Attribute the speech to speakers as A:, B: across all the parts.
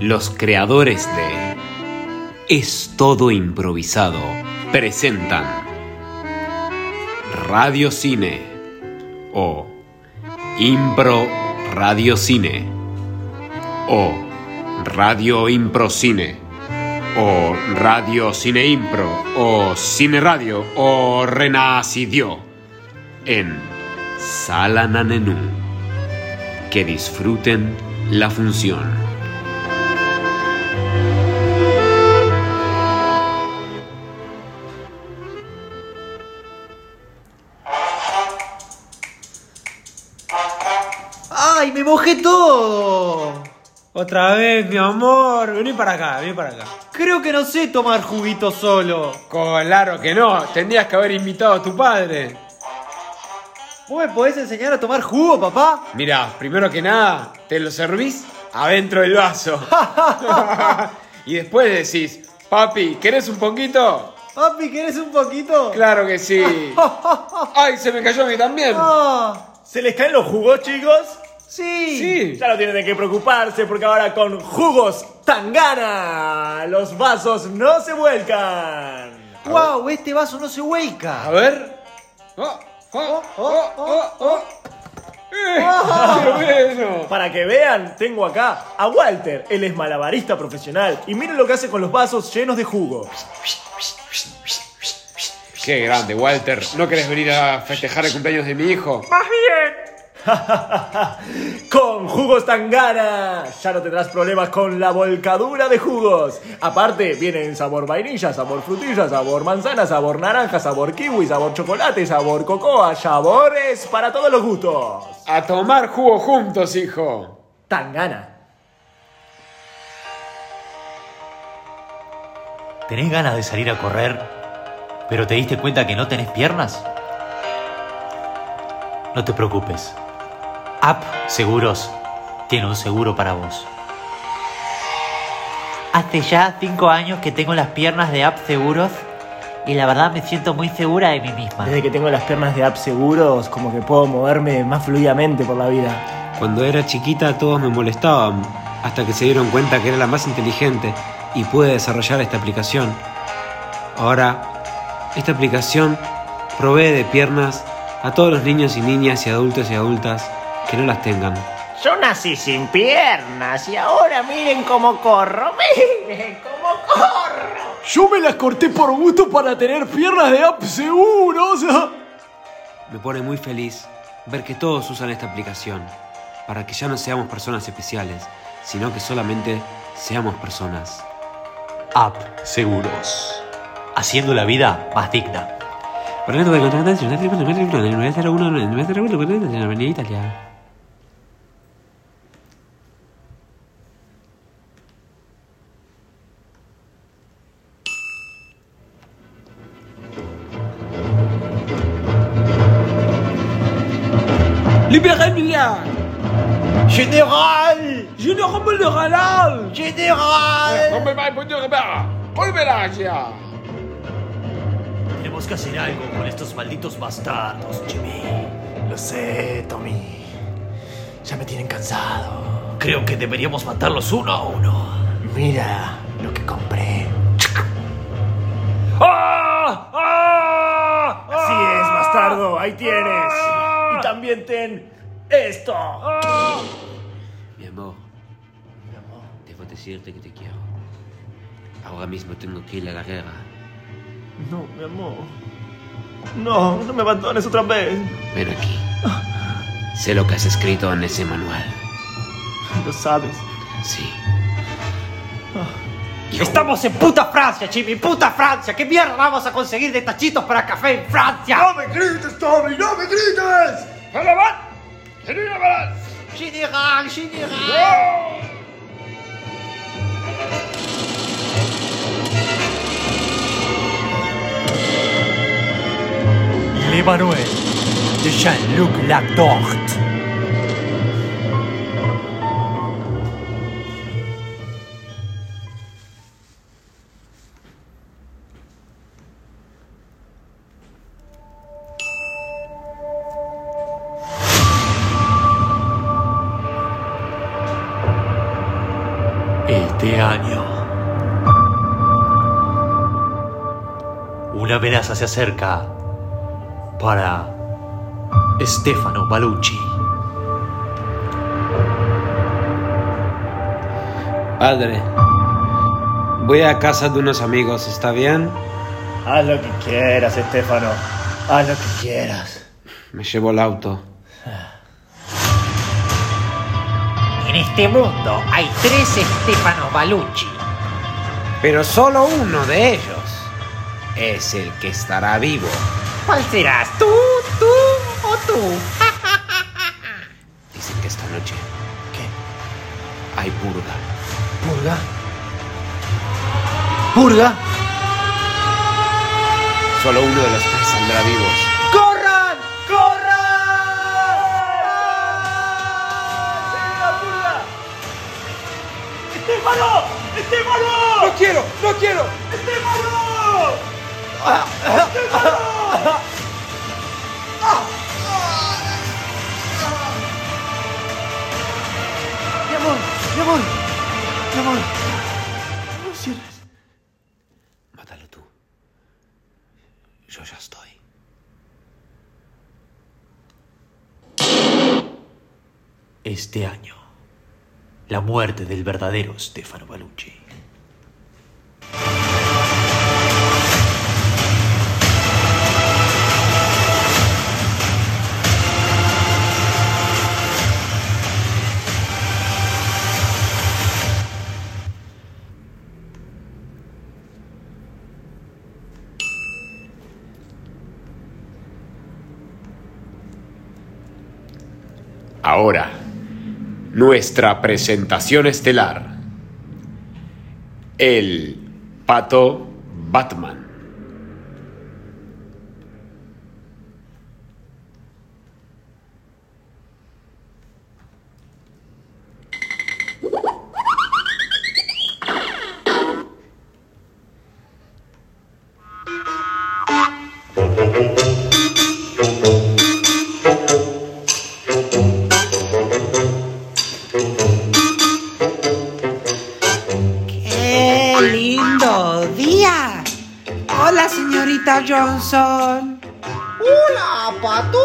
A: Los creadores de Es todo improvisado presentan Radio Cine o Impro Radio Cine o Radio Impro Cine o Radio Cine Impro o Cine Radio o Renacidió en Sala Nanenú. Que disfruten la función.
B: ¡Ay, me mojé todo!
C: Otra vez, mi amor. Vení para acá, vení para acá.
B: Creo que no sé tomar juguito solo.
C: Claro que no. Tendrías que haber invitado a tu padre.
B: ¿Vos me podés enseñar a tomar jugo, papá?
C: Mirá, primero que nada, te lo servís adentro del vaso. y después decís, papi, ¿querés un poquito?
B: Papi, ¿querés un poquito?
C: Claro que sí. ¡Ay, se me cayó a mí también!
B: Ah,
D: ¿Se les caen los jugos, chicos?
B: sí.
C: Sí.
D: Ya no tienen de qué preocuparse porque ahora con jugos tangana los vasos no se vuelcan.
B: ¡Wow! Este vaso no se
C: A
B: hueca.
C: ver. Oh, oh, oh, oh, oh. Eh, ¡Qué
D: Oh.
C: bueno!
D: Para que vean, tengo acá a Walter, él es malabarista profesional y miren lo que hace con los vasos llenos de jugo.
C: Qué grande, Walter. ¿No querés venir a festejar el cumpleaños de mi hijo?
D: con jugos tangana, ya no tendrás problemas con la volcadura de jugos. Aparte, vienen sabor vainilla, sabor frutilla, sabor manzana, sabor naranja, sabor kiwi, sabor chocolate, sabor cocoa, sabores para todos los gustos.
C: A tomar jugo juntos, hijo.
D: Tangana.
E: ¿Tenés ganas de salir a correr, pero te diste cuenta que no tenés piernas? No te preocupes. App Seguros tiene un seguro para vos. Hace ya cinco años que tengo las piernas de App Seguros y la verdad me siento muy segura de mí misma.
D: Desde que tengo las piernas de app seguros, como que puedo moverme más fluidamente por la vida.
A: Cuando era chiquita todos me molestaban, hasta que se dieron cuenta que era la más inteligente y pude desarrollar esta aplicación. Ahora, esta aplicación provee de piernas a todos los niños y niñas y adultos y adultas que no las tengan.
F: Yo nací sin piernas y ahora miren cómo corro, miren cómo corro.
D: Yo me las corté por gusto para tener piernas de app seguros.
A: Me pone muy feliz ver que todos usan esta aplicación, para que ya no seamos personas especiales, sino que solamente seamos personas.
E: App Seguros. Haciendo la vida más digna.
B: ¡General!
C: No
B: ¡General!
C: me va pues, a poner nada. ¡Volverá ya!
E: Tenemos que hacer algo con estos malditos bastardos, Jimmy.
D: Lo sé, Tommy. Ya me tienen cansado.
E: Creo que deberíamos matarlos uno a uno.
D: Mira lo que compré. Así es, bastardo. Ahí tienes.
B: Ah.
D: Y también ten esto.
A: Mi amor, debo decirte que te quiero. Ahora mismo tengo que ir a la guerra.
D: No, mi amor. No, no me abandones otra vez.
A: Ven aquí. Sé lo que has escrito en ese manual.
D: Lo sabes. Ah.
A: Sí.
F: Estamos en puta Francia, Jimmy, puta Francia. ¿Qué mierda vamos a conseguir de tachitos para café en Francia?
D: me grites, Tommy! ¡No me grites!
F: General, general.
C: ¡Oh!
E: L'Emmanuel de Jean-Luc Laporte.
F: Este
G: este año. Una amenaza se acerca para Stefano Balucci.
A: Padre, voy a casa de unos amigos, ¿está bien?
D: Haz lo que quieras, Estefano. Haz lo que quieras.
A: Me llevo el auto.
H: En este mundo hay tres Estefanos Balucci.
A: Pero solo uno de ellos es el que estará vivo.
H: ¿Cuál serás? ¿Tú, tú o tú?
A: Dicen que esta noche. ¿Qué? Hay purga.
D: ¿Purga? ¿Purga?
A: Solo uno de los tres saldrá vivo.
D: ¡Corran! ¡Corran! ¡Estefano! ¡Estefano! ¡No quiero! ¡No quiero! ¡Estefano! Mi amor, mi amor, mi amor. No lo cierres.
A: Mátalo tú. Yo ya estoy.
G: Este año. La muerte del verdadero Stefano Balucci.
C: Ahora, nuestra presentación estelar. El pato Batman.
I: ¡Qué lindo día! Hola, señorita Johnson.
B: ¡Hola, pato!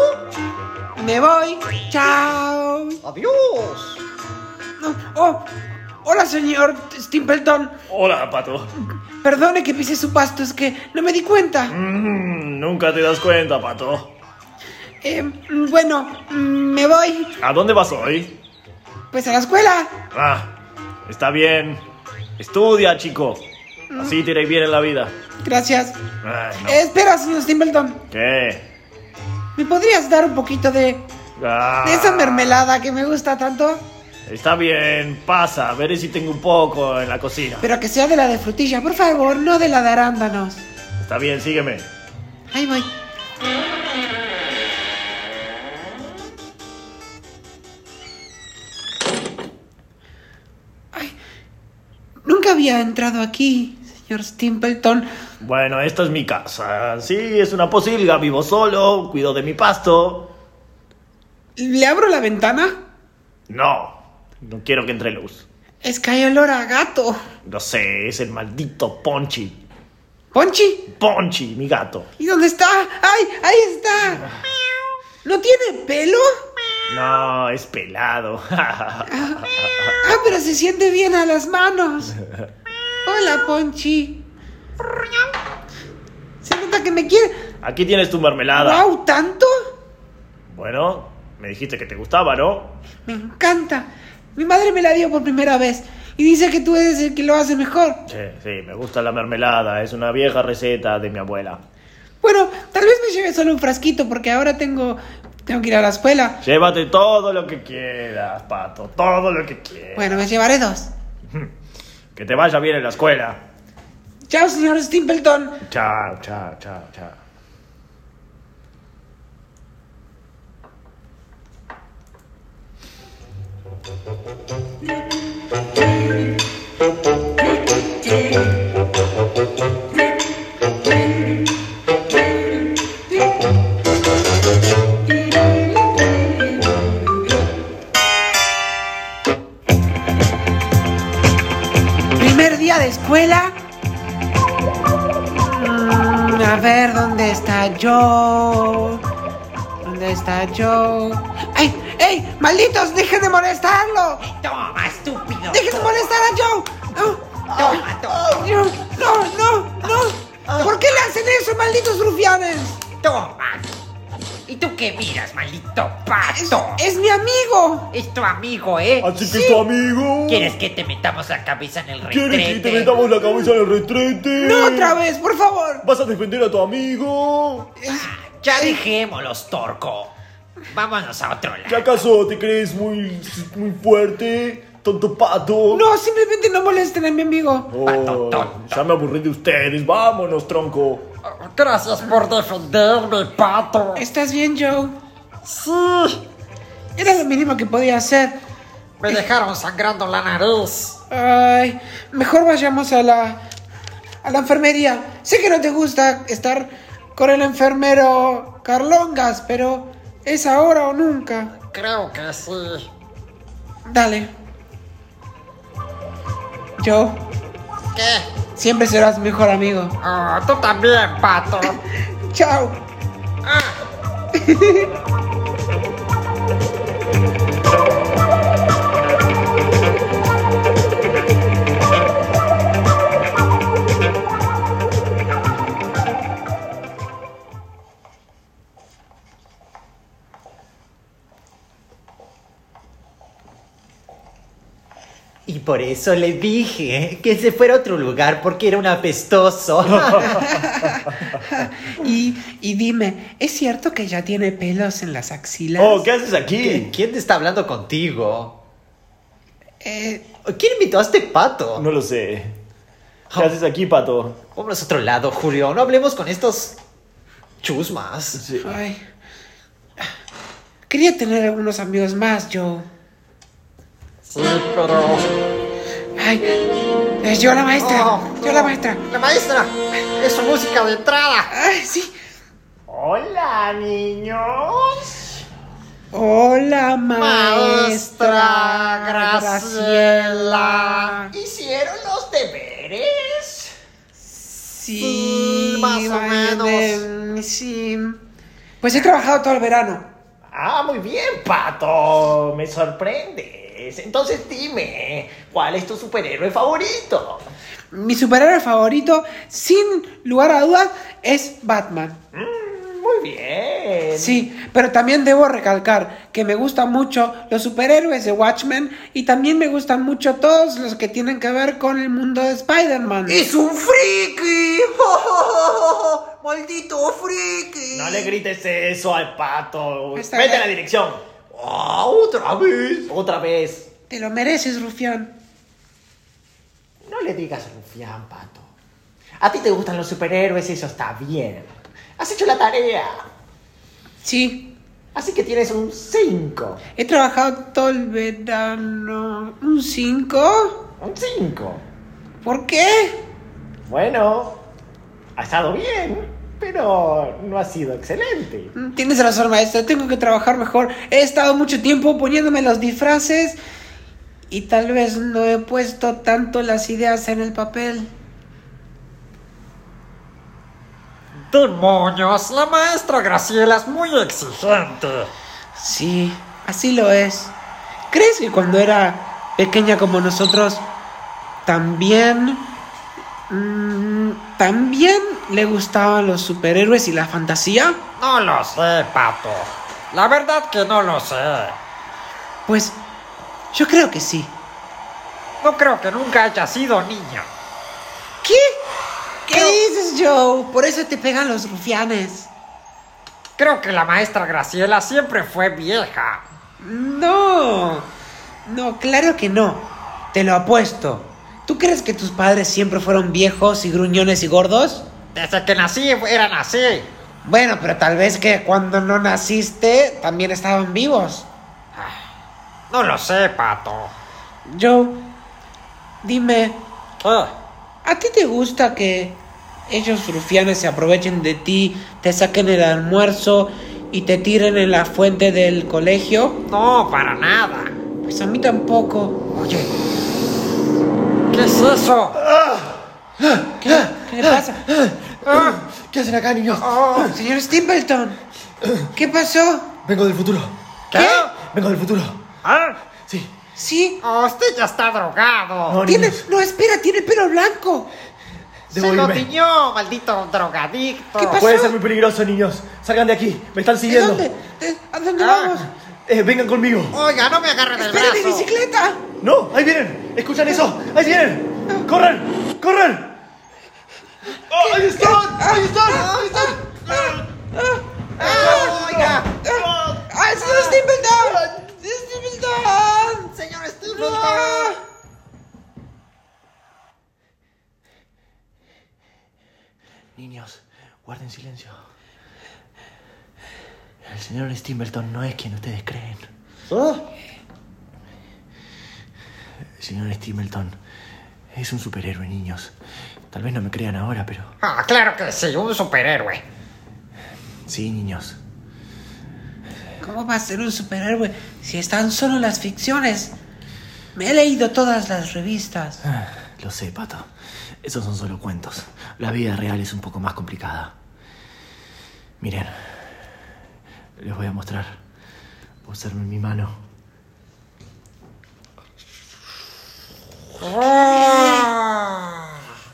I: Me voy. Chao.
B: ¡Adiós!
I: Oh, hola, señor Stimpleton.
D: Hola, pato.
I: Perdone que pise su pasto, es que no me di cuenta.
D: Mm, nunca te das cuenta, pato.
I: Eh, bueno, mm, me voy.
D: ¿A dónde vas hoy?
I: Pues a la escuela.
D: Ah, está bien. Estudia, chico. Así te irá bien en la vida.
I: Gracias.
D: Ay, no.
I: Eh, espera, señor Stimpleton.
D: ¿Qué?
I: ¿Me podrías dar un poquito de,
D: Ah,
I: de esa mermelada que me gusta tanto?
D: Está bien, pasa. Veré si tengo un poco en la cocina.
I: Pero que sea de la de frutilla, por favor, no de la de arándanos.
D: Está bien, sígueme.
I: Ahí voy. Ay, nunca había entrado aquí, señor Stimpleton.
D: Bueno, esta es mi casa. Sí, es una posilga. Vivo solo, cuido de mi pasto.
I: ¿Le abro la ventana?
D: No, no quiero que entre luz.
I: Es que hay olor a gato.
D: No sé, es el maldito Ponchi.
I: ¿Ponchi?
D: Ponchi, mi gato.
I: ¿Y dónde está? ¡Ay, ahí está! ¿No tiene pelo?
D: No, es pelado.
I: Ah, pero se siente bien a las manos. Hola, Ponchi. Se nota que me quiere.
D: Aquí tienes tu mermelada.
I: ¡Wow! ¿Tanto?
D: Bueno, me dijiste que te gustaba, ¿no?
I: Me encanta. Mi madre me la dio por primera vez y dice que tú eres el que lo hace mejor.
D: Sí, sí, me gusta la mermelada. Es una vieja receta de mi abuela.
I: Bueno, tal vez me lleve solo un frasquito porque ahora tengo tengo que ir a la escuela.
D: Llévate todo lo que quieras, pato. Todo lo que quieras.
I: Bueno, me llevaré dos.
D: Que te vaya bien en la escuela.
I: Chao, señor Stimpleton.
D: Chao, chao, chao, chao.
I: Ring, Mm, Joe? ¿Dónde está Joe? ¡Ay! ¡Ey! ¡Malditos! ¡Dejen de molestarlo!
J: Toma, estúpido.
I: ¡Dejen de molestar a Joe! ¡No!
J: Toma, toma,
I: ¡No! ¡No! ¡No! ¿Por qué le hacen eso, malditos rufianes?
J: toma. ¿Y tú qué miras, maldito pato?
I: ¡Es mi amigo!
J: Es tu amigo, ¿eh?
D: Así que tu amigo.
J: ¿Quieres que te metamos la cabeza en el
D: ¿Quieres que te
J: retrete?
D: metamos la cabeza en el retrete?
I: ¡No
J: Mm.
I: otra vez, por favor!
D: ¿Vas a defender a tu amigo?
J: Ya dejémoslos, torco. Vámonos a otro
D: ¿Qué
J: lado.
D: acaso te crees muy, muy fuerte? Tonto pato.
I: No, simplemente no molesten a mi amigo.
D: Oh, ya me aburrí de ustedes. Vámonos, tronco.
J: Gracias por defenderme, pato.
I: ¿Estás bien, Joe?
J: Sí,
I: Era lo mínimo que podía hacer.
J: me dejaron sangrando la nariz.
I: Ay, mejor vayamos a la a la enfermería. Sé que no te gusta estar con el enfermero Carlongas, pero es ahora o nunca.
J: Creo que sí.
I: Dale. Yo
J: ¿Qué?
I: siempre serás mi mejor amigo.
J: Oh, tú también, pato.
I: Chao.
K: Y por eso le dije ¿eh? que se fuera a otro lugar porque era un apestoso.
I: Y, y dime, ¿es cierto que ya tiene pelos en las axilas?
D: Oh, ¿qué haces aquí?
K: ¿Quién te está hablando contigo?
I: Eh,
K: ¿Quién invitó a este pato?
D: No lo sé. ¿Qué haces aquí, pato?
K: Vámonos a otro lado, Julio. No hablemos con estos chusmas.
D: Sí.
I: ay. Quería tener algunos amigos más, Joe.
J: Sí, pero...
I: Ay, es yo la maestra.
J: Oh,
I: yo la maestra.
J: La maestra, es su música de entrada.
I: Ay, sí.
H: Hola, niños.
I: Hola, maestra
J: Maestra
I: Graciela.
H: ¿Hicieron los deberes?
I: Sí,
J: Mm, más o
I: madre, Sí. Pues he trabajado todo el verano.
H: Ah, muy bien, pato. Me sorprendes. Entonces dime, ¿cuál es tu superhéroe favorito?
I: Mi superhéroe favorito, sin lugar a dudas, es Batman.
H: Mm, muy bien.
I: Sí, pero también debo recalcar que me gustan mucho los superhéroes de Watchmen y también me gustan mucho todos los que tienen que ver con el mundo de Spider-Man.
J: ¡Es un friki! ¡Maldito friki!
H: No le grites eso al pato.
I: Está
H: Vete
I: bien.
H: a la dirección. Ah, otra vez. Otra vez.
I: Te lo mereces, Rufián.
H: No le digas rufián, pato. A ti te gustan los superhéroes, eso está bien. Has hecho la tarea.
I: Sí,
H: Así que tienes un 5.
I: he trabajado todo el verano. ¿Un 5?
H: Un 5.
I: ¿Por qué?
H: Bueno, ha estado bien, pero no ha sido excelente.
I: Tienes razón, maestra. Tengo que trabajar mejor. He estado mucho tiempo poniéndome los disfraces y tal vez no he puesto tanto las ideas en el papel.
J: ¡Demonios! La maestra Graciela es muy exigente.
I: Sí, así lo es. ¿Crees que cuando era pequeña como nosotros, también... mm, también le gustaban los superhéroes y la fantasía?
J: No lo sé, pato. La verdad que no lo sé.
I: Pues yo creo que sí.
J: No creo que nunca haya sido niña.
I: ¿Qué? ¿Qué dices, Joe? Por eso te pegan los rufianes.
J: Creo que la maestra Graciela siempre fue vieja.
I: No, no, claro que no. Te lo apuesto. ¿Tú crees que tus padres siempre fueron viejos y gruñones y gordos?
J: Desde que nací eran así.
I: Bueno, pero tal vez que cuando no naciste también estaban vivos.
J: No lo sé, pato.
I: Joe, dime,
J: ¿Qué?
I: ¿a ti te gusta que ellos rufianes se aprovechen de ti, te saquen el almuerzo y te tiren en la fuente del colegio?
J: No, para nada.
I: Pues a mí tampoco.
J: ¿Qué es eso?
I: ¿Qué, qué le
D: Ah.
I: pasa?
J: ¿Ah?
E: ¿Qué hacen acá, niños?
I: Señor Stimpleton, ¿qué pasó?
E: Vengo del futuro.
I: ¿Qué?
E: Vengo del futuro.
I: ¿Ah?
E: Sí.
I: Sí.
J: Oh, usted ya está drogado.
I: No, tiene, no espera, tiene el pelo blanco.
J: Se lo tiñó, maldito drogadicto.
I: ¿Qué pasó?
E: Puede ser muy peligroso, niños. Salgan de aquí. Me están
I: ¿De
E: siguiendo.
I: dónde? ¿De- ¿A dónde vamos?
E: Eh, vengan conmigo.
J: Oiga, no me agarre del
I: ¡Espera mi
J: brazo.
I: bicicleta!
E: No, ahí vienen. Escuchan eso. Ahí vienen. Corran, corran. ¡Oh, ahí están! ¡Ahí están! ¡Ahí están!
J: Ah, oiga,
I: ¡Ah, señor Stimpleton! ¡Stimpleton!
J: señor
I: ¡Ah!
J: Stimpleton.
E: Niños, guarden silencio. El señor Stimbleton no es quien ustedes creen. El señor Stimbleton es un superhéroe, niños. Tal vez no me crean ahora, pero
J: Ah, claro que sí, un superhéroe.
E: sí, niños.
I: ¿Cómo va a ser un superhéroe si están solo las ficciones? Me he leído todas las revistas.
E: Lo sé, Pato. Esos son solo cuentos. La vida real es un poco más complicada. Miren, les voy a mostrar. Observen mi mano.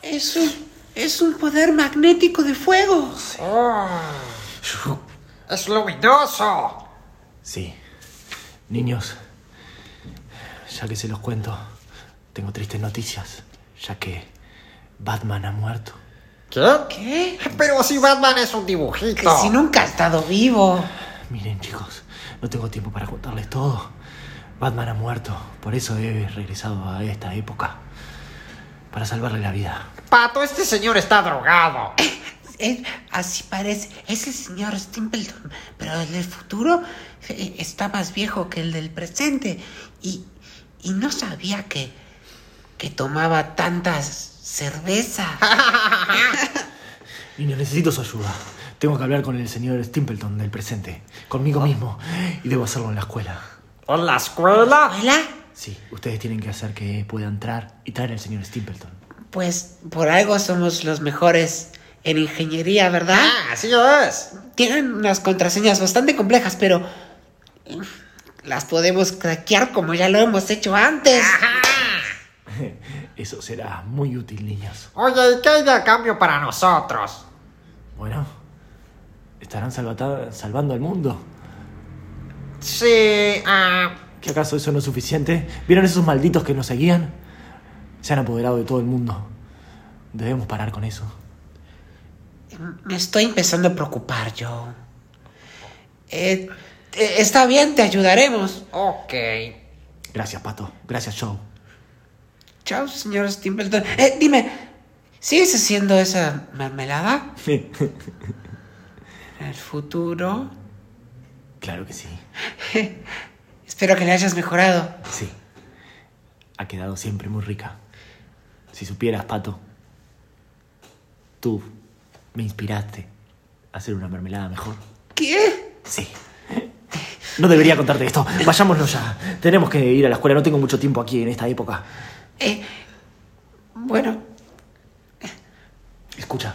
I: Es un, es un poder magnético de fuego.
J: Es luminoso.
E: Sí. Niños, ya que se los cuento, tengo tristes noticias, ya que Batman ha muerto.
J: ¿Qué?
I: ¿Qué?
J: Pero si Batman es un dibujito.
I: Que si nunca ha estado vivo.
E: Miren, chicos, no tengo tiempo para contarles todo. Batman ha muerto, por eso he regresado a esta época. Para salvarle la vida.
J: Pato, este señor está drogado.
I: Eh, así parece. Es el señor Stimpleton. Pero el del futuro eh, está más viejo que el del presente. Y, y no sabía que, que tomaba tanta cerveza.
E: Niños, necesito su ayuda. Tengo que hablar con el señor Stimpleton del presente, conmigo mismo, y debo hacerlo en la escuela.
J: ¿En la escuela?
I: ¿Hola?
E: Sí, ustedes tienen que hacer que pueda entrar y traer al señor Stimpleton.
I: Pues por algo somos los mejores en ingeniería, ¿verdad?
J: Ah, así es.
I: Tienen unas contraseñas bastante complejas, pero eh, las podemos craquear como ya lo hemos hecho antes.
J: Ah.
E: Eso será muy útil, niños.
J: Oye, ¿y qué hay de cambio para nosotros?
E: Bueno, estarán salvata- salvando al mundo.
J: Sí, ah,
E: ¿Que acaso eso no es suficiente? ¿Vieron esos malditos que nos seguían? Se han apoderado de todo el mundo. Debemos parar con eso.
I: Me Ah. estoy empezando a preocupar yo. Eh, eh, está bien, te ayudaremos.
J: ok.
E: Gracias, Pato. Gracias, Joe.
I: Chao, señor Stimpleton. Eh, dime, ¿sigues haciendo esa mermelada? El futuro.
E: claro que sí.
I: Espero que le hayas mejorado.
E: Sí. Ha quedado siempre muy rica. Si supieras, Pato, tú me inspiraste a hacer una mermelada mejor.
I: ¿Qué?
E: Sí. No debería contarte esto. Vayámonos ya. Tenemos que ir a la escuela. No tengo mucho tiempo aquí en esta época.
I: Eh, bueno,
E: Escucha,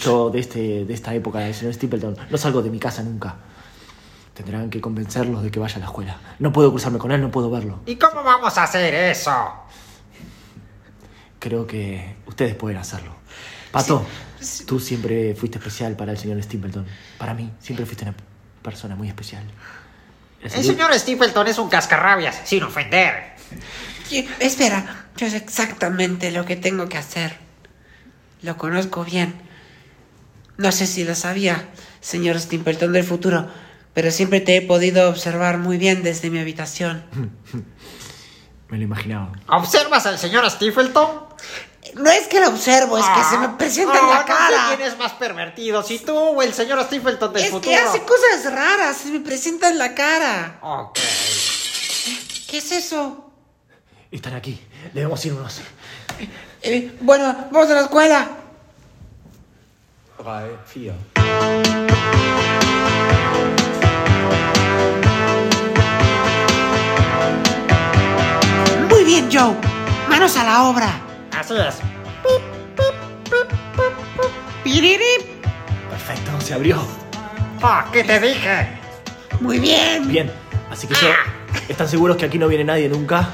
E: yo de, este, de esta época del señor Stapleton no salgo de mi casa nunca. Tendrán que convencerlos de que vaya a la escuela. No puedo cruzarme con él, no puedo verlo.
J: ¿Y cómo vamos a hacer eso?
E: Creo que ustedes pueden hacerlo. Pato, tú siempre fuiste especial para el señor Stapleton. Para mí, siempre fuiste una persona muy especial. Eres
J: El
E: el-
J: señor Stapleton es un cascarrabias, sin ofender.
I: eh, espera, yo sé exactamente lo que tengo que hacer. Lo conozco bien. No sé si lo sabía, señor Stimpleton del futuro, pero siempre te he podido observar muy bien desde mi habitación.
E: Me lo imaginaba.
J: ¿Observas al señor Stapleton? Ah,
I: No es que lo observo, es Pues que se me presenta en la
J: No sé
I: cara.
J: quién es más pervertido, si tú o el señor Stapleton del
I: es
J: futuro.
I: que hace cosas raras, se me presenta en la cara.
J: Ok.
I: ¿Qué es eso?
E: Están aquí. Debemos irnos.
I: Eh, bueno, vamos a la escuela. Muy bien, Joe. Manos a la obra.
J: Así es.
I: Pip, ¡Piriri!
E: Perfecto, se abrió.
J: ¡Ah, qué te dije!
I: Muy bien.
E: Bien, así que yo. ¿Están seguros que aquí no viene nadie nunca?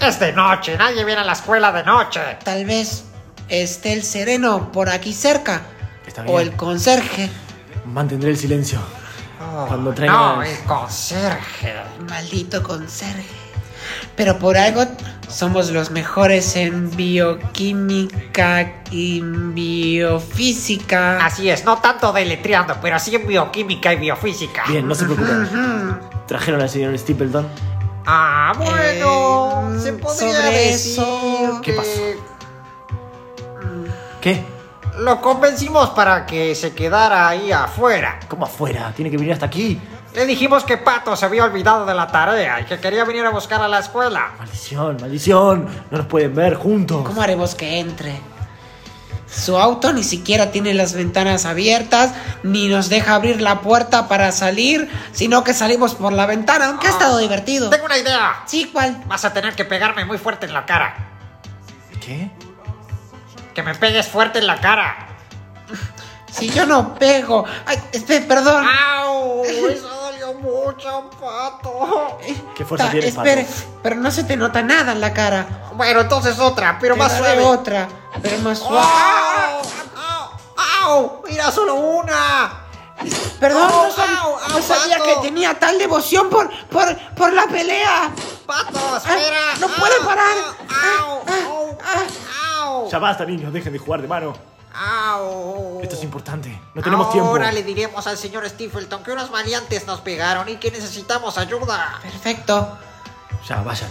J: Es de noche, nadie viene a la escuela de noche.
I: Tal vez esté el sereno por aquí cerca.
E: Está bien.
I: O el conserje.
E: Mantendré el silencio.
I: Oh,
E: Cuando traigan.
J: No, el conserje.
I: Maldito conserje. Pero por algo somos los mejores en bioquímica y biofísica.
J: Así es, no tanto deletreando, pero sí en bioquímica y biofísica.
E: Bien, no se preocupen.
I: Mm,
E: Trajeron al señor Stapleton.
J: Ah, bueno.
I: Eh,
J: se podría
I: sobre
J: decir
I: eso-
E: ¿Qué
J: que
E: pasó? ¿Qué?
J: Lo convencimos para que se quedara ahí afuera.
E: ¿Cómo afuera? Tiene que venir hasta aquí.
J: Le dijimos que Pato se había olvidado de la tarea y que quería venir a buscar a la escuela.
E: Maldición, maldición. No nos pueden ver juntos.
I: ¿Cómo haremos que entre? Su auto ni siquiera tiene las ventanas abiertas, ni nos deja abrir la puerta para salir, sino que salimos por la ventana, aunque ha estado divertido.
J: Ah. Tengo una idea.
I: Sí, ¿cuál?
J: Vas a tener que pegarme muy fuerte en la cara.
E: ¿Qué?
J: Que me pegues fuerte en la cara.
I: Si yo no pego. Ay, espe- perdón.
J: Ah, ¡Au! Eso dolió mucho, Pato.
E: ¿Qué fuerza
I: Ta-
E: tienes, Pato?
I: Espere, pero no se te nota nada en la cara.
J: Bueno, entonces otra, pero
I: Te
J: más
I: daré
J: suave.
I: otra, pero más suave. oh,
J: ¡Au! ¡Au! ¡Au! ¡Mira, solo una!
I: Perdón,
J: ¡Au,
I: no, sab-
J: au,
I: no
J: au,
I: sabía
J: Pato!
I: que tenía tal devoción por, por, por la pelea.
J: ¡Pato, espera!
I: Ah, no puede
J: Au,
I: parar.
J: ¡Au! ¡Au! ¡Au!
E: Ya basta, niños, dejen de jugar de mano.
I: Ah.
J: ¡Au!
E: Esto es importante. No tenemos
H: Ah,
E: tiempo.
J: Ahora le diremos al señor Stapleton que unos maleantes nos pegaron y que necesitamos ayuda.
I: Perfecto.
E: Ya, vayan.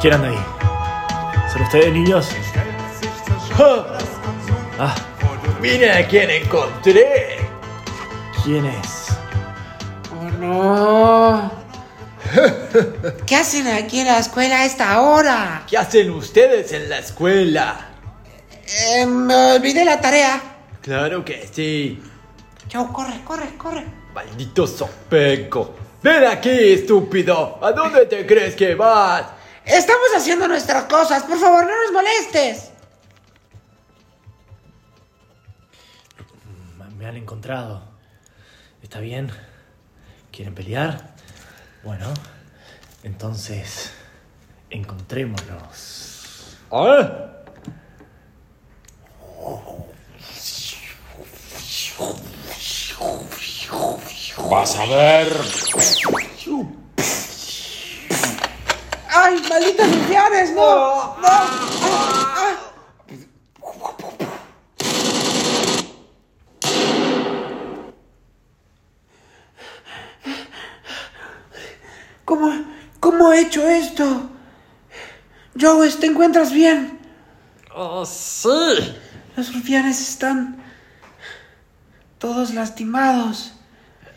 E: ¿Quién anda ahí? ¿Son ustedes niños? Ah,
C: Mira a quién encontré.
E: ¿quién es?
I: Oh no. ¿Qué hacen aquí en la escuela a esta hora?
C: ¿Qué hacen ustedes en la escuela?
I: Eh, me olvidé la tarea.
C: Claro que sí.
I: Chau, corre, corre, corre.
C: Maldito sopeco. Ven aquí, estúpido. ¿A dónde te crees que vas?
I: Estamos haciendo nuestras cosas, por favor, no nos molestes.
E: Me han encontrado. ¿Está bien? ¿Quieren pelear? Bueno, entonces encontrémonos.
C: ¿Ah? Vas a ver.
I: ¡Ay, malditos rufianes! ¡No! ¡No! Ah, ah. ¿Cómo, ¿Cómo he hecho esto? Joe, ¿te encuentras bien?
C: Oh, sí.
I: Los rufianes están todos lastimados.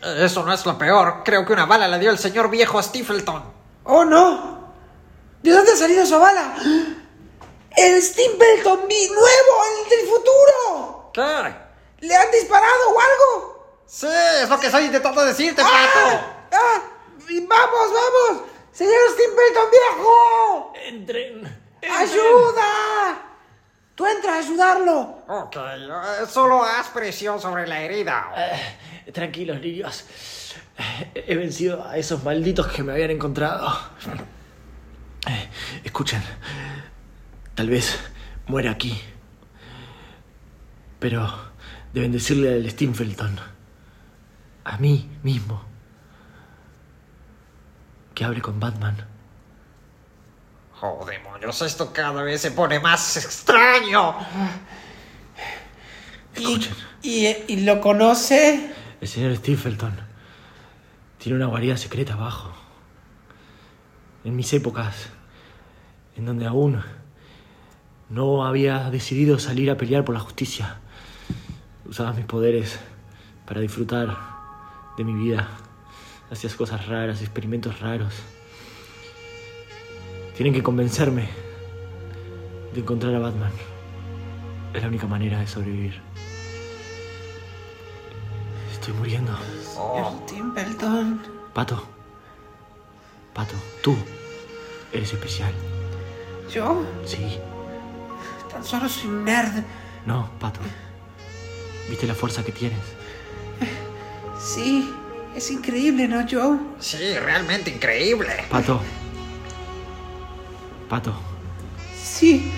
J: Eso no es lo peor. Creo que una bala la dio el señor viejo Stapleton.
I: ¡Oh, no! ¿De dónde ha salido esa bala? ¡El Stimpleton vi- nuevo, el del futuro!
J: ¿Qué?
I: ¿Le han disparado o algo?
J: Sí, es lo que estoy intentando decirte, Pato.
I: ¡Ah! ¡Ah! Y ¡Vamos, vamos! ¡Señor Stimpleton viejo!
E: Entren.
I: ¡Ayuda! Tú entra a ayudarlo.
J: Ok, eh, solo haz presión sobre la herida.
E: Tranquilos, niños. He vencido a esos malditos que me habían encontrado. Eh, Escuchen, tal vez muera aquí. Pero deben decirle al Stinfelton, a mí mismo, que hable con Batman.
J: Oh, demonios, esto cada vez se pone más extraño.
I: ¿Y, y, eh, y lo conoce?
E: El señor Stapleton tiene una guarida secreta abajo. En mis épocas, en donde aún no había decidido salir a pelear por la justicia, usaba mis poderes para disfrutar de mi vida Hacías cosas raras, experimentos raros. Tienen que convencerme de encontrar a Batman. Es la única manera de sobrevivir. Estoy muriendo.
I: Señor Timbleton.
E: Pato. Pato, tú eres especial.
I: ¿Yo?
E: Sí.
I: Tan solo soy un nerd.
E: No, Pato. ¿Viste la fuerza que tienes?
I: Sí. Es increíble, ¿no, Joe?
J: Sí, realmente increíble.
E: Pato. Pato,
I: Sí.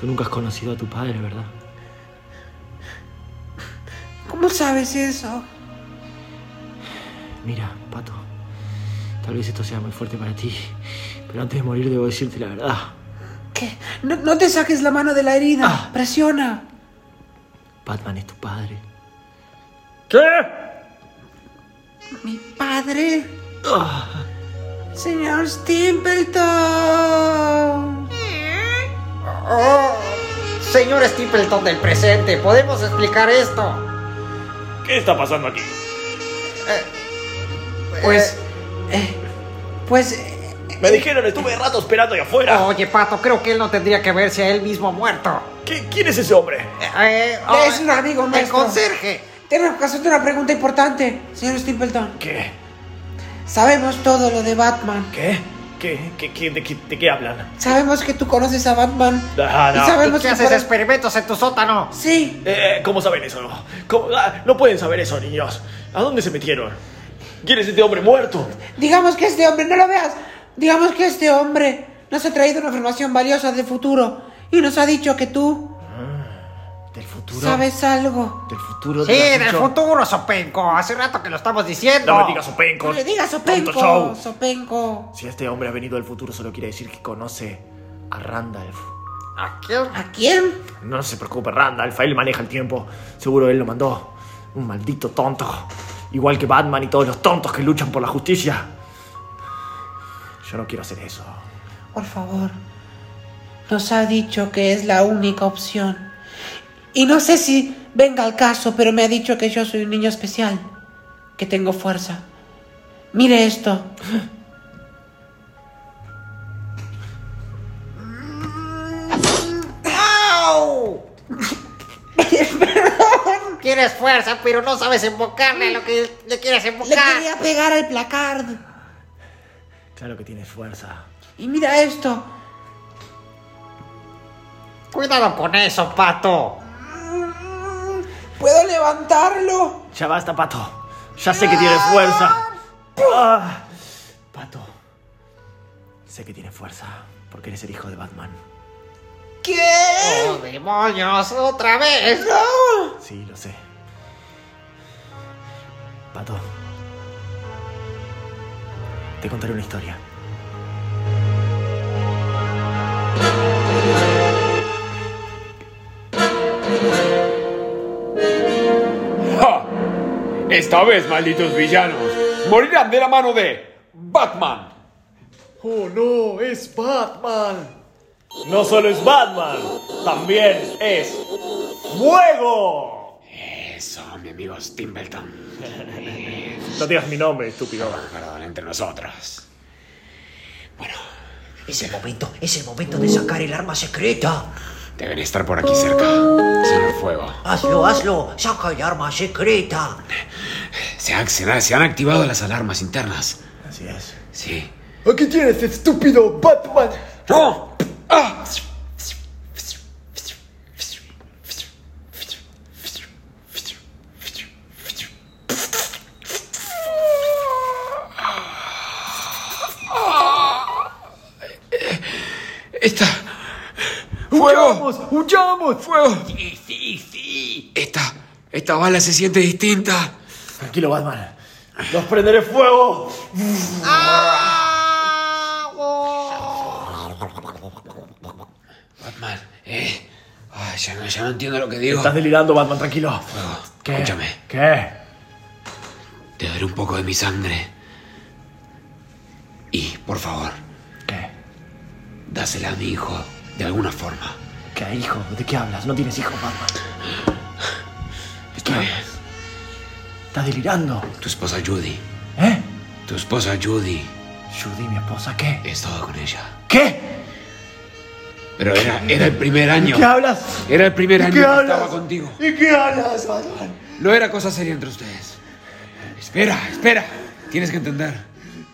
E: tú nunca has conocido a tu padre, ¿verdad?
I: ¿Cómo sabes eso?
E: Mira, Pato. Tal vez esto sea muy fuerte para ti. Pero antes de morir debo decirte la verdad.
I: ¿Qué? No, no te saques la mano de la herida.
J: Ah.
I: Presiona.
E: Batman es tu padre.
C: ¿Qué?
I: Mi padre.
J: Ah.
I: Señor Stimpleton.
J: Oh, señor Stapleton del presente, ¿podemos explicar esto?
F: ¿Qué está pasando aquí?
J: Pues...
I: Eh, pues...
F: Me dijeron, estuve rato esperando ahí afuera.
H: Ah.
J: Oye, Pato, creo que él no tendría que verse a él mismo muerto. Eh, oh,
F: ¿Qui- ¿Quién es ese hombre?
I: es un amigo
J: el
I: nuestro.
J: conserje.
I: Tenemos que hacerte una pregunta importante, señor Stimpleton.
F: ¿Qué?
I: Sabemos todo lo de Batman.
F: ¿Qué? ¿Qué? ¿Qué, qué- de, qué de qué hablan?
I: Sabemos que tú conoces a Batman.
F: Ah, no.
I: Y sabemos
J: ¿Y qué
I: que
J: haces
I: para-
J: experimentos en tu sótano?
I: Sí,
F: Eh, ¿Cómo saben eso? ¿Cómo- ah, no pueden saber eso, niños. ¿A dónde se metieron? ¿Quién es este hombre muerto?
I: digamos que este hombre, no lo veas. Digamos que este hombre nos ha traído una información valiosa del futuro y nos ha dicho que tú
F: Del futuro.
I: sabes algo.
F: Del futuro.
J: Sí,
F: te lo has
J: del
F: dicho.
J: futuro, Sopenco. Hace rato que lo estamos diciendo.
F: No me digas Openco.
I: No le digas
F: Tonto
I: Sopenco,
F: show.
I: Sopenco.
F: Si este hombre ha venido del futuro, solo quiere decir que conoce a Randolph.
J: ¿A quién?
I: ¿A quién?
F: No se preocupe, Randolph, él maneja el tiempo. Seguro él lo mandó. Un maldito tonto. Igual que Batman y todos los tontos que luchan por la justicia. Yo no quiero hacer eso.
I: Por favor, nos ha dicho que es la única opción. Y no sé si venga al caso, pero me ha dicho que yo soy un niño especial, que tengo fuerza. Mire esto.
J: ¡Au! Quieres fuerza, pero no sabes invocarle a lo que le quieres
I: Le
J: invocar.
I: quería pegar al placard.
F: Claro que tienes fuerza.
I: Y mira esto.
J: Cuidado con eso, pato.
I: ¿Puedo levantarlo?
F: Ya basta, pato. Ya sé que tienes fuerza. Ah, pato. Sé que tienes fuerza. Porque eres el hijo de Batman.
I: ¿Qué?
J: ¡Oh, demonios! ¡Otra vez!
I: ¡No!
F: Sí, lo sé. Pato. Te contaré una historia.
C: ¡Ja! Esta vez, malditos villanos, morirán de la mano de Batman.
D: ¡Oh no! ¡Es Batman!
E: No solo es Batman, también es
D: ¡Fuego!
C: Eso, mi amigo Timbleton.
D: No digas mi nombre, estúpido.
C: Perdón, entre nosotros.
K: Es el momento, es el momento de sacar el arma secreta.
C: Deben estar por aquí cerca. Señor Fuego.
K: Hazlo, hazlo, saca el arma secreta.
A: Se han, se han- se han activado las alarmas internas.
F: Así es.
A: Sí.
D: Aquí tienes, estúpido Batman.
A: ¡No! ¡Ah! Está. ¡Fuego!
D: ¡Huyamos! ¡Huyamos!
A: ¡Fuego! Sí, sí, sí. Esta. Esta bala se siente distinta.
F: Tranquilo, Batman. ¡Los prenderé fuego!
A: Batman, eh. Ay, ya, no, ya no entiendo lo que digo.
F: Estás delirando, Batman, tranquilo.
A: Fuego,
F: ¿Qué?
A: Escúchame.
F: ¿Qué?
A: Te daré un poco de mi sangre. Y, por favor,
F: ¿Qué?
A: dásela a mi hijo de alguna forma.
F: ¿Qué, hijo? ¿De qué hablas? No tienes hijo, Batman.
A: Está bien.
F: Estás delirando.
A: Tu esposa Judy
F: ¿Eh?
A: Tu esposa Judy.
D: ¿Judy, mi esposa, qué?
A: He estado con ella.
D: ¿Qué?
A: Pero era, era el primer año.
D: ¿Qué hablas?
A: Era el primer
D: ¿De
A: año
D: qué
A: que
D: hablas?
A: estaba contigo.
D: ¿Y qué hablas, Batman?
A: No era cosa seria entre ustedes. Espera, espera. Tienes que entender.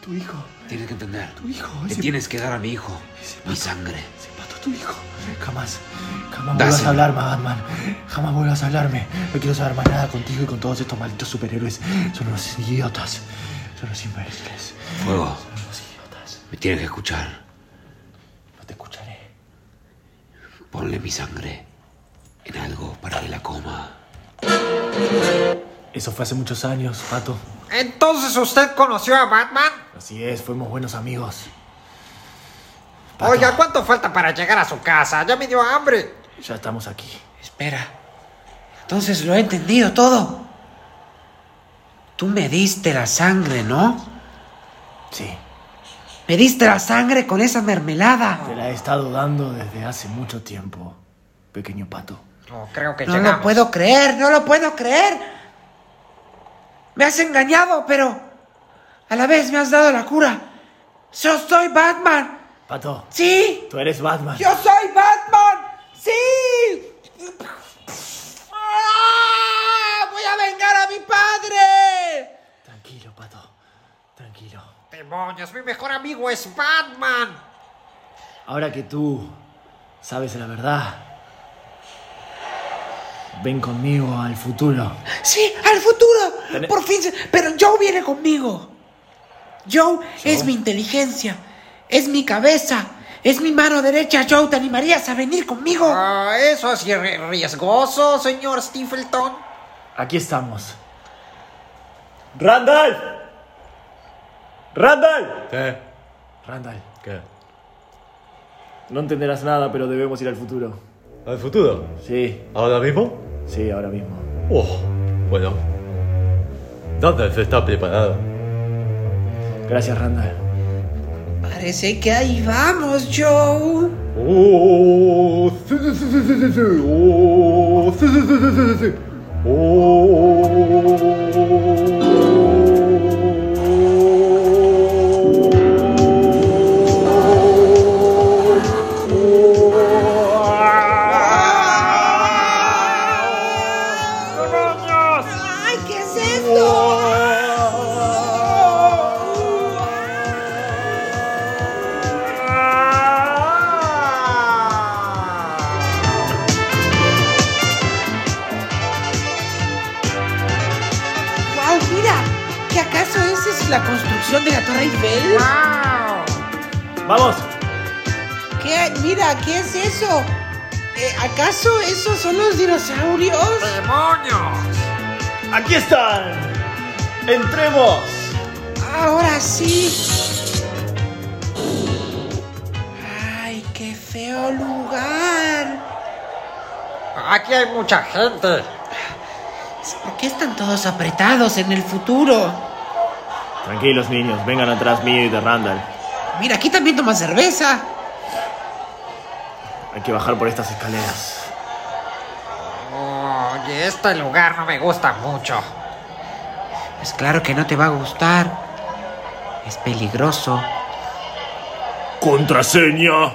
D: Tu hijo,
A: Tienes que entender.
D: tu hijo,
A: Le
D: ese
A: tienes que dar a mi hijo mi sangre.
D: pato, tu hijo. Jamás, jamás
A: Dáselo.
D: vuelvas a hablarme, Batman. Jamás vuelvas a hablarme. No quiero saber más nada contigo y con todos estos malditos superhéroes. Son unos idiotas. Son unos imbéciles.
A: Fuego.
D: Son unos idiotas.
A: Me tienes que escuchar.
D: No te escucharé.
A: Ponle mi sangre en algo para que la coma.
D: Eso fue hace muchos años, Pato.
J: Entonces usted conoció a Batman.
D: Así es, fuimos buenos amigos.
J: Oiga, ¿cuánto falta para llegar a su casa? Ya me dio hambre.
D: Ya estamos aquí.
I: Espera. Entonces lo he entendido todo. Tú me diste la sangre, ¿no?
D: Sí.
I: Me diste la sangre con esa mermelada.
D: Te la he estado dando desde hace mucho tiempo, pequeño pato.
J: No, creo que
I: No
J: llegamos.
I: lo puedo creer, no lo puedo creer. Me has engañado, pero a la vez me has dado la cura. Yo soy Batman.
D: Pato,
I: Sí,
D: tú eres Batman.
I: yo soy Batman. Sí. ¡Ah! Voy a vengar a mi padre.
D: Tranquilo, pato. Tranquilo.
J: Demonios, mi mejor amigo es Batman.
D: Ahora que tú sabes la verdad, ven conmigo al futuro.
I: Sí, al futuro.
D: Tené-
I: Por fin. se- Pero Joe viene conmigo. Joe, es mi inteligencia. Es mi cabeza. Es mi mano derecha. Joe, ¿te animarías a venir conmigo?
J: Ah, eso es ri- riesgoso, señor Stapleton.
D: Aquí estamos.
F: ¡Randall! ¡Randall!
E: ¿Qué?
D: Randall,
E: ¿Qué?
F: No entenderás nada, pero debemos ir al futuro.
E: ¿Al futuro?
F: Sí,
E: ¿Ahora mismo?
F: sí, ahora mismo.
E: Oh, bueno. Randall está preparado.
F: Gracias, Randall.
I: Parece que ahí vamos, Joe.
E: Oh, sí, sí, sí, sí, sí, sí, sí. Oh, sí, sí, sí, sí, sí, sí, sí.
I: ¡Ay, qué es esto! ¡Wow! Mira, ¿qué acaso esa es la construcción de la Torre Eiffel?
F: ¡Vamos!
I: ¿Qué? Mira, ¿qué es eso? Eh, ¿Acaso esos son los dinosaurios?
J: ¡Demonios!
F: ¡Aquí están! ¡Entremos!
I: Ahora sí. Ay, qué feo lugar.
J: Aquí hay mucha gente.
I: ¿Por qué están todos apretados en el futuro?
F: Tranquilos, niños, vengan atrás mío y de Randall.
I: Mira, aquí también toma cerveza.
F: Hay que bajar por estas escaleras.
J: Oye, este lugar no me gusta mucho.
I: Pues claro que no te va a gustar. Es peligroso.
F: ¡Contraseña!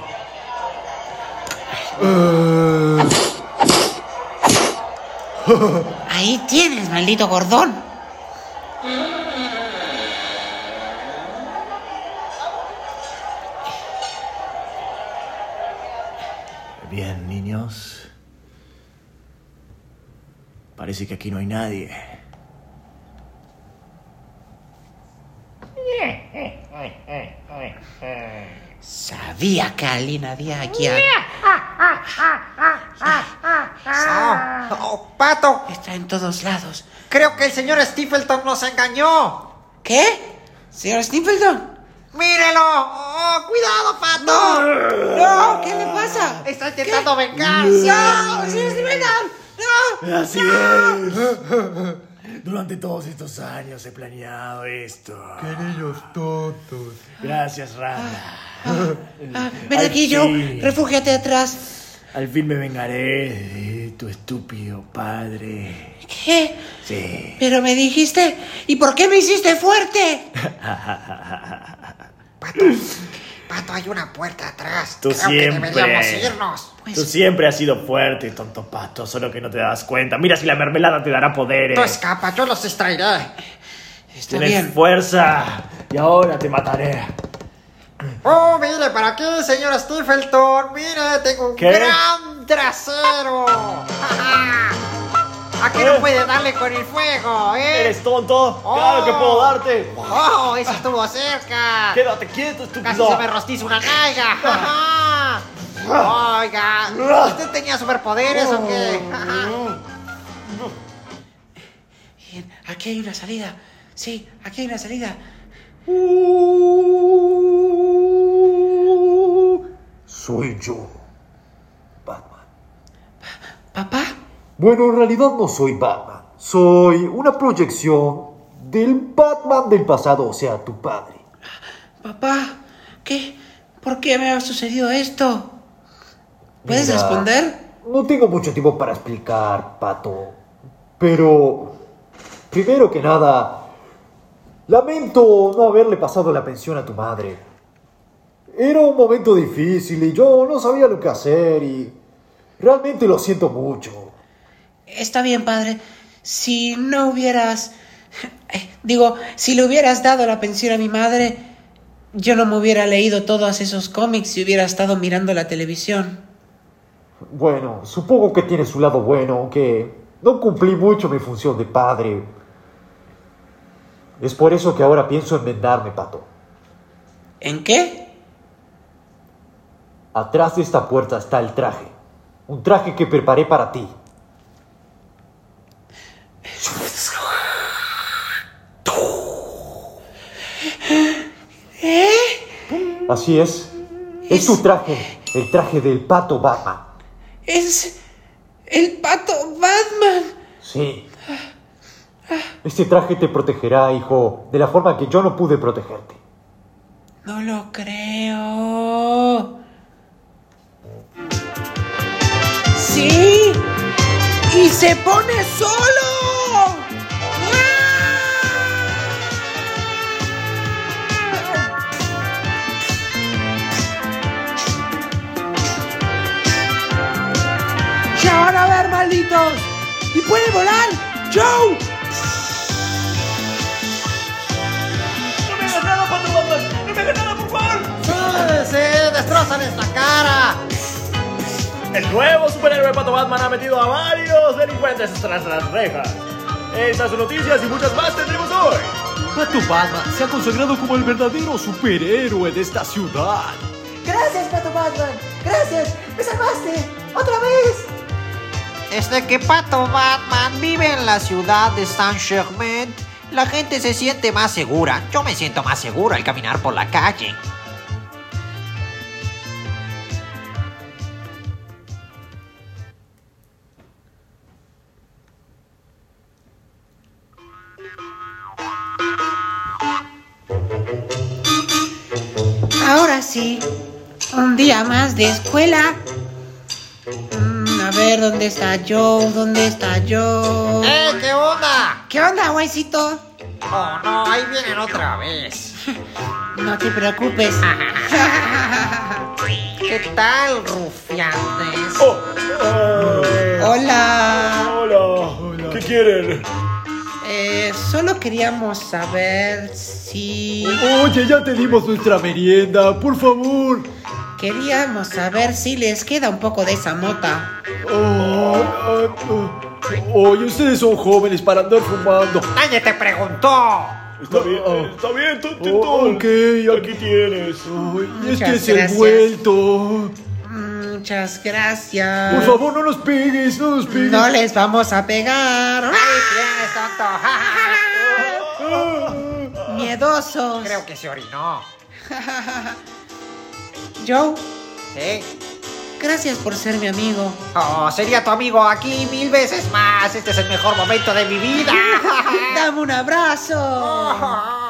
I: Ahí tienes, maldito gordón.
F: Bien, niños. Parece que aquí no hay nadie.
J: Eh,
I: Sabía que alguien había aquí. a-
J: Ah, oh, pato,
I: Está en todos lados.
J: creo que el señor Stapleton nos engañó.
I: ¿Qué? Señor Sniffleton.
J: ¡Mírelo! ¡Oh, cuidado, pato!
I: No, ¿qué le pasa?
J: Está intentando vengarse.
I: ¡No! ¡Señor Sniffleton! ¡No!
F: Así es. Durante todos estos años he planeado esto. Queridos tontos. Gracias, Randall.
I: Ah, ven
F: Ay,
I: aquí,
F: sí.
I: Joe. Refúgiate atrás.
F: Al fin me vengaré de de tu estúpido padre.
I: ¿Qué?
F: Sí.
I: Pero me dijiste, ¿y por qué me hiciste fuerte?
J: Pato, hay una puerta atrás.
F: Tú
J: Creo
F: siempre.
J: que deberíamos irnos.
F: Tú siempre has sido fuerte, tonto pato, solo que no te das cuenta. Mira si la mermelada te dará poderes.
J: Tú escapa, yo los distraeré.
F: Tienes fuerza. Y ahora te mataré.
J: Oh, mire, para aquí, señor Stephelton. Mire, tengo un
F: ¿Qué?
J: gran trasero. Aquí
F: ¿Eh?
J: no puede darle con el fuego, ¿eh?
F: ¿Eres tonto? ¡Claro que puedo darte!
J: ¡Oh, eso estuvo cerca!
F: Quédate quieto,
J: Casi
F: estúpido.
J: se me rostiza una nalga. Ajá. Oiga, ¿usted tenía superpoderes o qué?
I: Bien, aquí hay una salida. Sí, aquí hay una salida.
E: Soy yo, Batman.
I: ¿Papá?
E: Bueno, en realidad no soy Batman. Soy una proyección del Batman del pasado, o sea, tu padre.
I: Papá, ¿qué? ¿Por qué me ha sucedido esto? ¿Puedes
E: Mira,
I: responder?
E: No tengo mucho tiempo para explicar, Pato. Pero, primero que nada, lamento no haberle pasado la pensión a tu madre. Era un momento difícil y yo no sabía lo que hacer y realmente lo siento mucho.
I: Está bien, padre. Si no hubieras... eh, Digo, si le hubieras dado la pensión a mi madre, yo no me hubiera leído todos esos cómics y hubiera estado mirando la televisión.
E: Bueno, supongo que tiene su lado bueno, aunque no cumplí mucho mi función de padre. Es por eso que ahora pienso enmendarme, Pato.
I: ¿En qué?
E: Atrás de esta puerta está el traje. Un traje que preparé para ti.
I: ¿Eh?
E: Así es. Es tu traje. El traje del pato Batman.
I: Es... El pato Batman.
E: Sí. Este traje te protegerá, hijo, de la forma que yo no pude protegerte.
I: No lo creo. Sí. Y se pone solo. ¡Ya van a ver, malditos! ¡Y puede volar! ¡Joe!
F: ¡No me hagas nada, pato Batman! ¡No me hagas nada, por favor!
J: ¡Súbese! ¡Destrozales la cara!
F: El nuevo superhéroe Pato Batman ha metido a varios delincuentes tras las rejas. Estas son noticias y muchas más tendremos hoy.
D: Pato Batman se ha consagrado como el verdadero superhéroe de esta ciudad.
L: Gracias, Pato Batman. Gracias. Me salvaste. Otra vez.
J: Este,
M: Desde que Pato Batman vive en la ciudad de Saint Germain, la gente se siente más segura. Yo me siento más seguro al caminar por la calle.
I: Ahora sí, un día más de escuela. Mm, a ver, ¿dónde está Joe? ¿Dónde está Joe?
J: ¡Eh, qué onda!
I: ¿Qué onda, güeycito?
J: ¡Oh, no! Ahí vienen otra vez.
I: No te preocupes.
J: ¿Qué tal, rufianes?
I: Hola.
F: Hola. ¿Qué quieren?
I: Eh, solo queríamos saber si...
D: Oye, ya te dimos nuestra merienda, por favor.
I: Queríamos saber si les queda un poco de esa mota.
D: Ah, ah, Oye, ustedes son jóvenes para andar fumando.
J: ¡Nadie te preguntó!
D: Está bien,
F: está bien, tonto.
D: Oh, ok, aquí
F: tienes.
D: es
I: Muchas
D: que este es
I: gracias.
D: el vuelto.
I: Muchas gracias.
D: Por favor, no nos pegues, no nos pegues.
I: No les vamos a pegar.
J: tienes, tonto!
I: Ah. Miedosos.
J: Creo que se orinó.
I: Joe,
J: ¿Sí?
I: gracias por ser mi amigo.
J: Oh, sería tu amigo aquí mil veces más. Este es el mejor momento de mi vida.
I: Dame un abrazo.